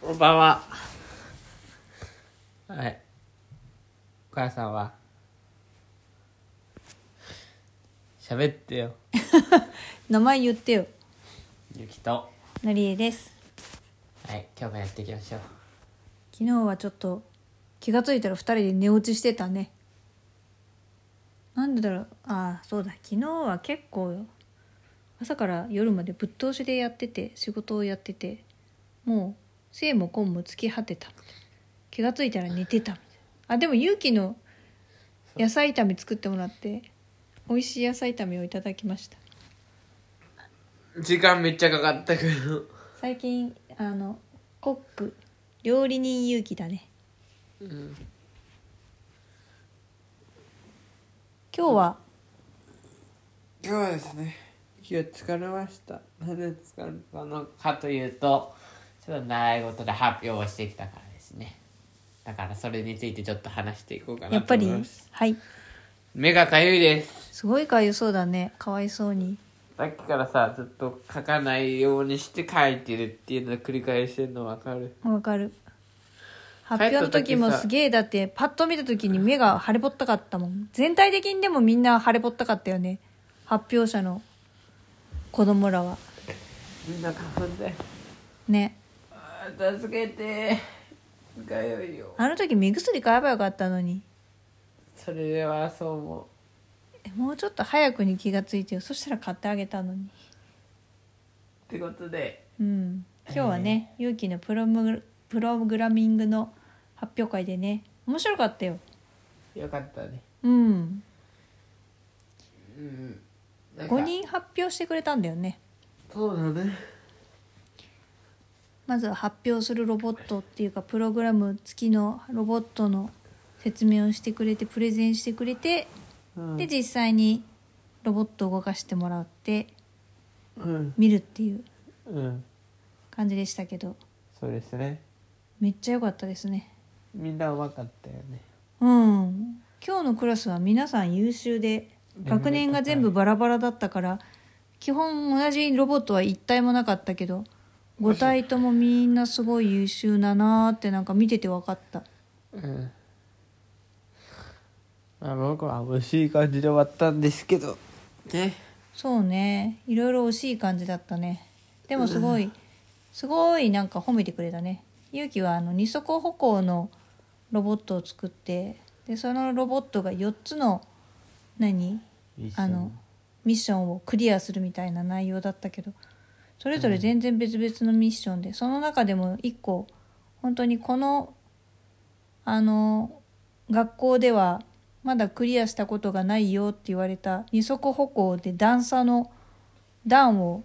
こんばんは。はい。お母さんは喋ってよ。名前言ってよゆきと。はのりえですい。今日もやっていきましょう。昨日はちょっと気がついたら2人で寝落ちしてたねなんでだろうああそうだ昨日は結構朝から夜までぶっ通しでやってて仕事をやっててもう生も根も尽き果てた気がついたら寝てたみたいなあでも勇気の野菜炒め作ってもらって美味しい野菜炒めをいただきました時間めっちゃかかったけど。最近あのコック料理人勇気だねうん。今日は今日はですね、息を疲れました。なんで疲れたのかというと、ちょっと習い事で発表をしてきたからですね。だからそれについてちょっと話していこうかやなっぱと思いります。はい目がかゆいです。すごいかゆそうだねかわいそうにさっきからさずっと書かないようにして書いてるっていうのを繰り返してるの分かるわかる発表の時もすげえだってパッと見た時に目が腫れぼったかったもん全体的にでもみんな腫れぼったかったよね発表者の子供らはみんな花粉だよねあー助けてがよいよあの時目薬買えばよかったのにそれではそう思えもうちょっと早くに気がついてよそしたら買ってあげたのにうってことでうん今日はね、勇気のプロムプログラミングの発表会でね面白かったよよかったねうんうんなんか5人発表してくれたんだよねそうだねまずは発表するロボットっていうかプログラム付きのロボットの説明をしてくれてプレゼンしてくれてうんで実際にロボットを動かしてもらってうん見るっていううん感じでしたけどそうですねめっちゃ良かったですねみんなうまかったよねうん今日のクラスは皆さん優秀でレベル高い学年が全部バラバラだったから基本同じロボットは1体もなかったけど5体ともみんなすごい優秀だなーってなんか見てて分かったうんまあ僕は惜しい感じで終わったんですけどねそうねいろいろ惜しい感じだったねでもすごい、すごいなんか褒めてくれたねゆうきはあの二足歩行のロボットを作ってでそのロボットが4つの何あのミッションをクリアするみたいな内容だったけどそれぞれ全然別々のミッションで、その中でも一個本当にこのあの学校ではまだクリアしたことがないよって言われた二足歩行で段差の段を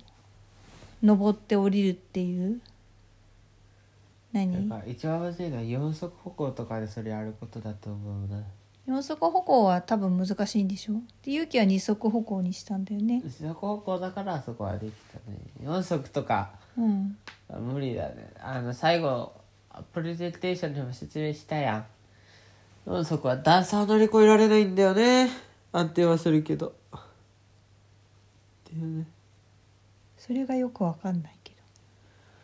登って降りるっていうなん何か一番むずいのは四足歩行とかでそれやることだと思うな四足歩行は多分難しいんでしょで勇気は二足歩行にしたんだよね。四足歩行だからあそこはできたね四足とかうん、あ無理だねあの最後プレゼンテーションでも説明したやん四足は段差を乗り越えられないんだよね安定はするけどっていうねそれがよくわかんないけど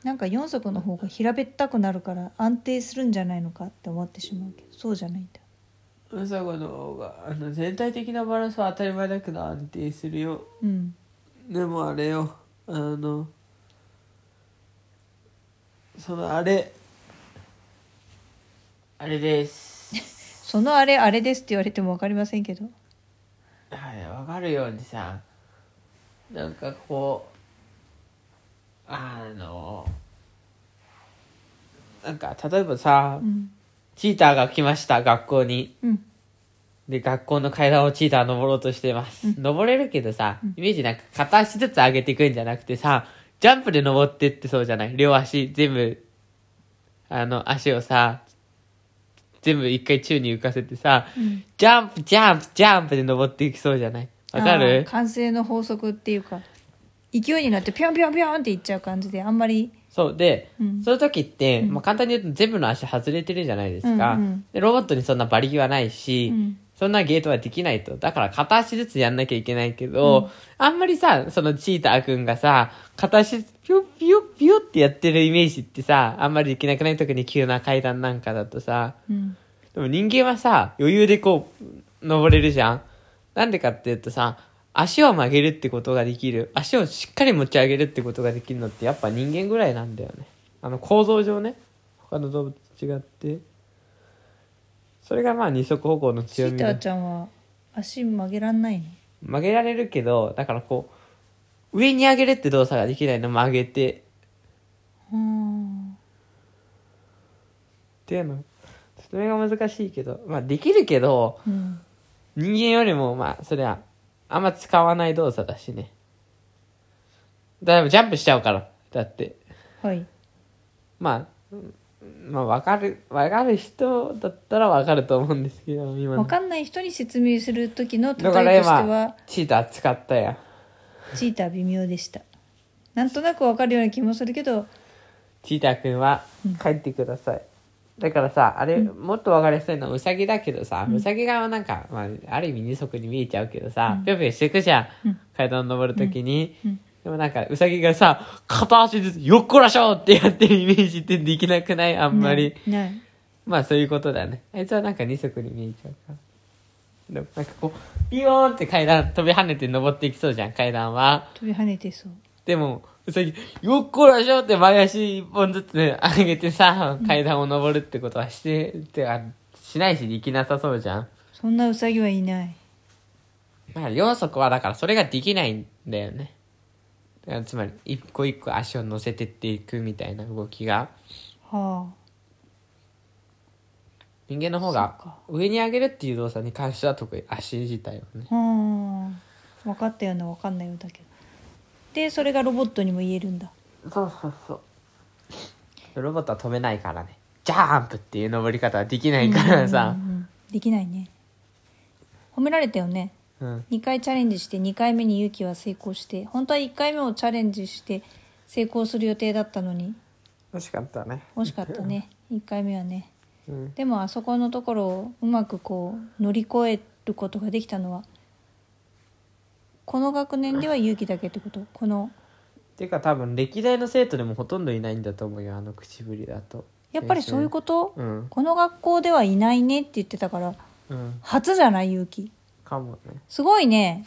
なんか4足の方が平べったくなるから安定するんじゃないのかって思ってしまうけどそうじゃないんだ四足の方があの全体的なバランスは当たり前だけど安定するようんでもあれよあのそのあれあれですそのあれあれですって言われても分かりませんけどはいわかるようにさなんかこうあのなんか例えばさうんチーターが来ました学校にうんで学校の階段をチーター登ろうとしてます、登れるけどさイメージなんか片足ずつ上げていくんじゃなくてさジャンプで登ってってそうじゃない両足全部あの足をさ全部一回宙に浮かせてさ、うんジャンプジャンプジャンプで登っていきそうじゃないわかあーる完成の法則っていうか勢いになってピョンピョンピョンっていっちゃう感じであんまりそうで、うんその時って、まあ、簡単に言うと全部の足外れてるじゃないですか、うんうんでロボットにそんな馬力はないし、うんそんなゲートはできないと。だから片足ずつやんなきゃいけないけど、あんまりさ、そのチーターくんがさ、片足ピュッピュッピュッってやってるイメージってさ、あんまりできなくない特に急な階段なんかだとさ、うんでも人間はさ、余裕でこう、登れるじゃん。なんでかっていうとさ、足を曲げるってことができる。足をしっかり持ち上げるってことができるのってやっぱ人間ぐらいなんだよね。あの構造上ね。他の動物と違って。それがまあ二足歩行のチ強みータだーちゃんは足曲げらんないの曲げられるけど、だからこう、上に上げるって動作ができないの曲げて。うんっていうの。それが難しいけど。まあできるけど、うん人間よりもまあそれはあんま使わない動作だしねだいぶジャンプしちゃうからだってはいまあうんまあ分かる分かる人だったら分かると思うんですけど今の分かんない人に説明する時の例えとだしてからは今チーター使ったやんチーター微妙でしたなんとなく分かるような気もするけどチーターくんは帰ってください、だからさあれ、もっと分かりやすいのはウサギだけどさ、ウサギがなんか、まあ、ある意味二足に見えちゃうけどさ、ぴょぴょしてくじゃん、階段登るときに、でもなんかウサギがさ片足ずつ「よっこらしょ!」ってやってるイメージってできなくないあんまり、ないないまあそういうことだねあいつはなんか二足に見えちゃうからでもなんかこうビヨーンって階段飛び跳ねて登っていきそうじゃん階段は飛び跳ねてそうでも、うさぎ、よっこらしょって前足一本ずつね上げてさ、階段を登るってことはして、てか、しないしできなさそうじゃん。そんなウサギはいないまあ、4足はだからそれができないんだよね。だからつまり、一個一個足を乗せてっていくみたいな動きが、は人間の方そうがか上に上げるっていう動作に関しては得意。足自体はね。あはあ分かったような分かんないようだけどでそれがロボットにも言えるんだそうそうそう。ロボットは飛べないからね。ジャンプっていう登り方はできないからさう。んうんできないね褒められたよねうん。 2回チャレンジして2回目に勇気は成功して本当は1回目をチャレンジして成功する予定だったのに惜しかったね。惜しかったね1回目はねうん。でもあそこのところをうまくこう乗り越えることができたのはこの学年では勇気だけってことこのていうか多分歴代の生徒でもほとんどいないんだと思うよあの口ぶりだとやっぱりそういうこと、うんこの学校ではいないねって言ってたからうん初じゃない勇気かもねすごいね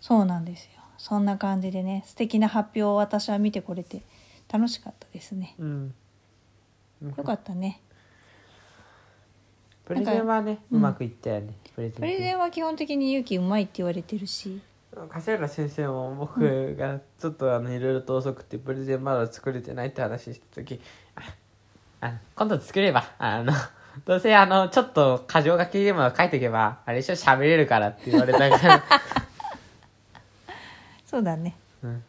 そうなんですよそんな感じでね素敵な発表を私は見てこれて楽しかったですねうんよかったねプレゼンはねうまくいったよね、プレゼンプレゼンは基本的に勇気うまいって言われてるし柏原先生も僕がちょっとあのいろいろと遅くてプレゼンまだ作れてないって話した時ああ今度作ればあの どうせあのちょっと箇条書きでも書いておけばあれ一緒喋れるからって言われた から、そうだねうん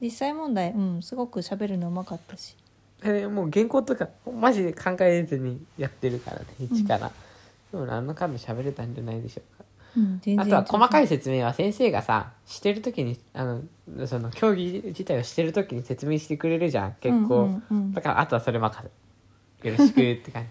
実際問題うんすごく喋るのうまかったしえーもう原稿とかマジで考えずにやってるからね一から、でも何のかんだ喋れたんじゃないでしょうかうん全然あとは細かいい説明は先生がさしてる時にあのその競技自体をしてる時に説明してくれるじゃん結構、うんうんうんだからあとはそれ任せよろしくって 感じ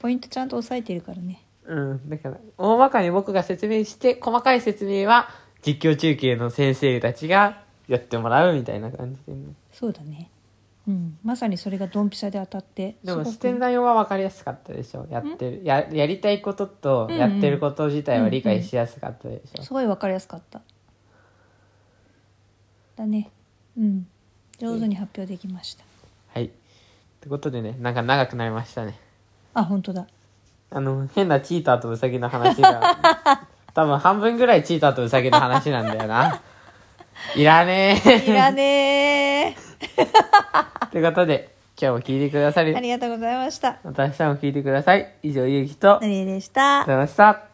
ポイントちゃんと押さえてるからねうんだから大まかに僕が説明して細かい説明は実況中継の先生たちがやってもらうみたいな感じで、ね、そうだねうんまさにそれがドンピシャで当たってでもすごく視点内容は分かりやすかったでしょやってるややりたいこととやってること自体は理解しやすかったでしょ、すごい分かりやすかっただねうん上手に発表できましたはいってことでねなんか長くなりましたねあ本 当だあの、変なチーターとウサギの話が、 多分半分ぐらいチーターとウサギの話なんだよな。いらね いらねえ。ということで、今日も聞いてくださりーあ、りがとうございましたまた明日も聞いてください。以上、ゆうきと、ありがとうのりえでしたございました。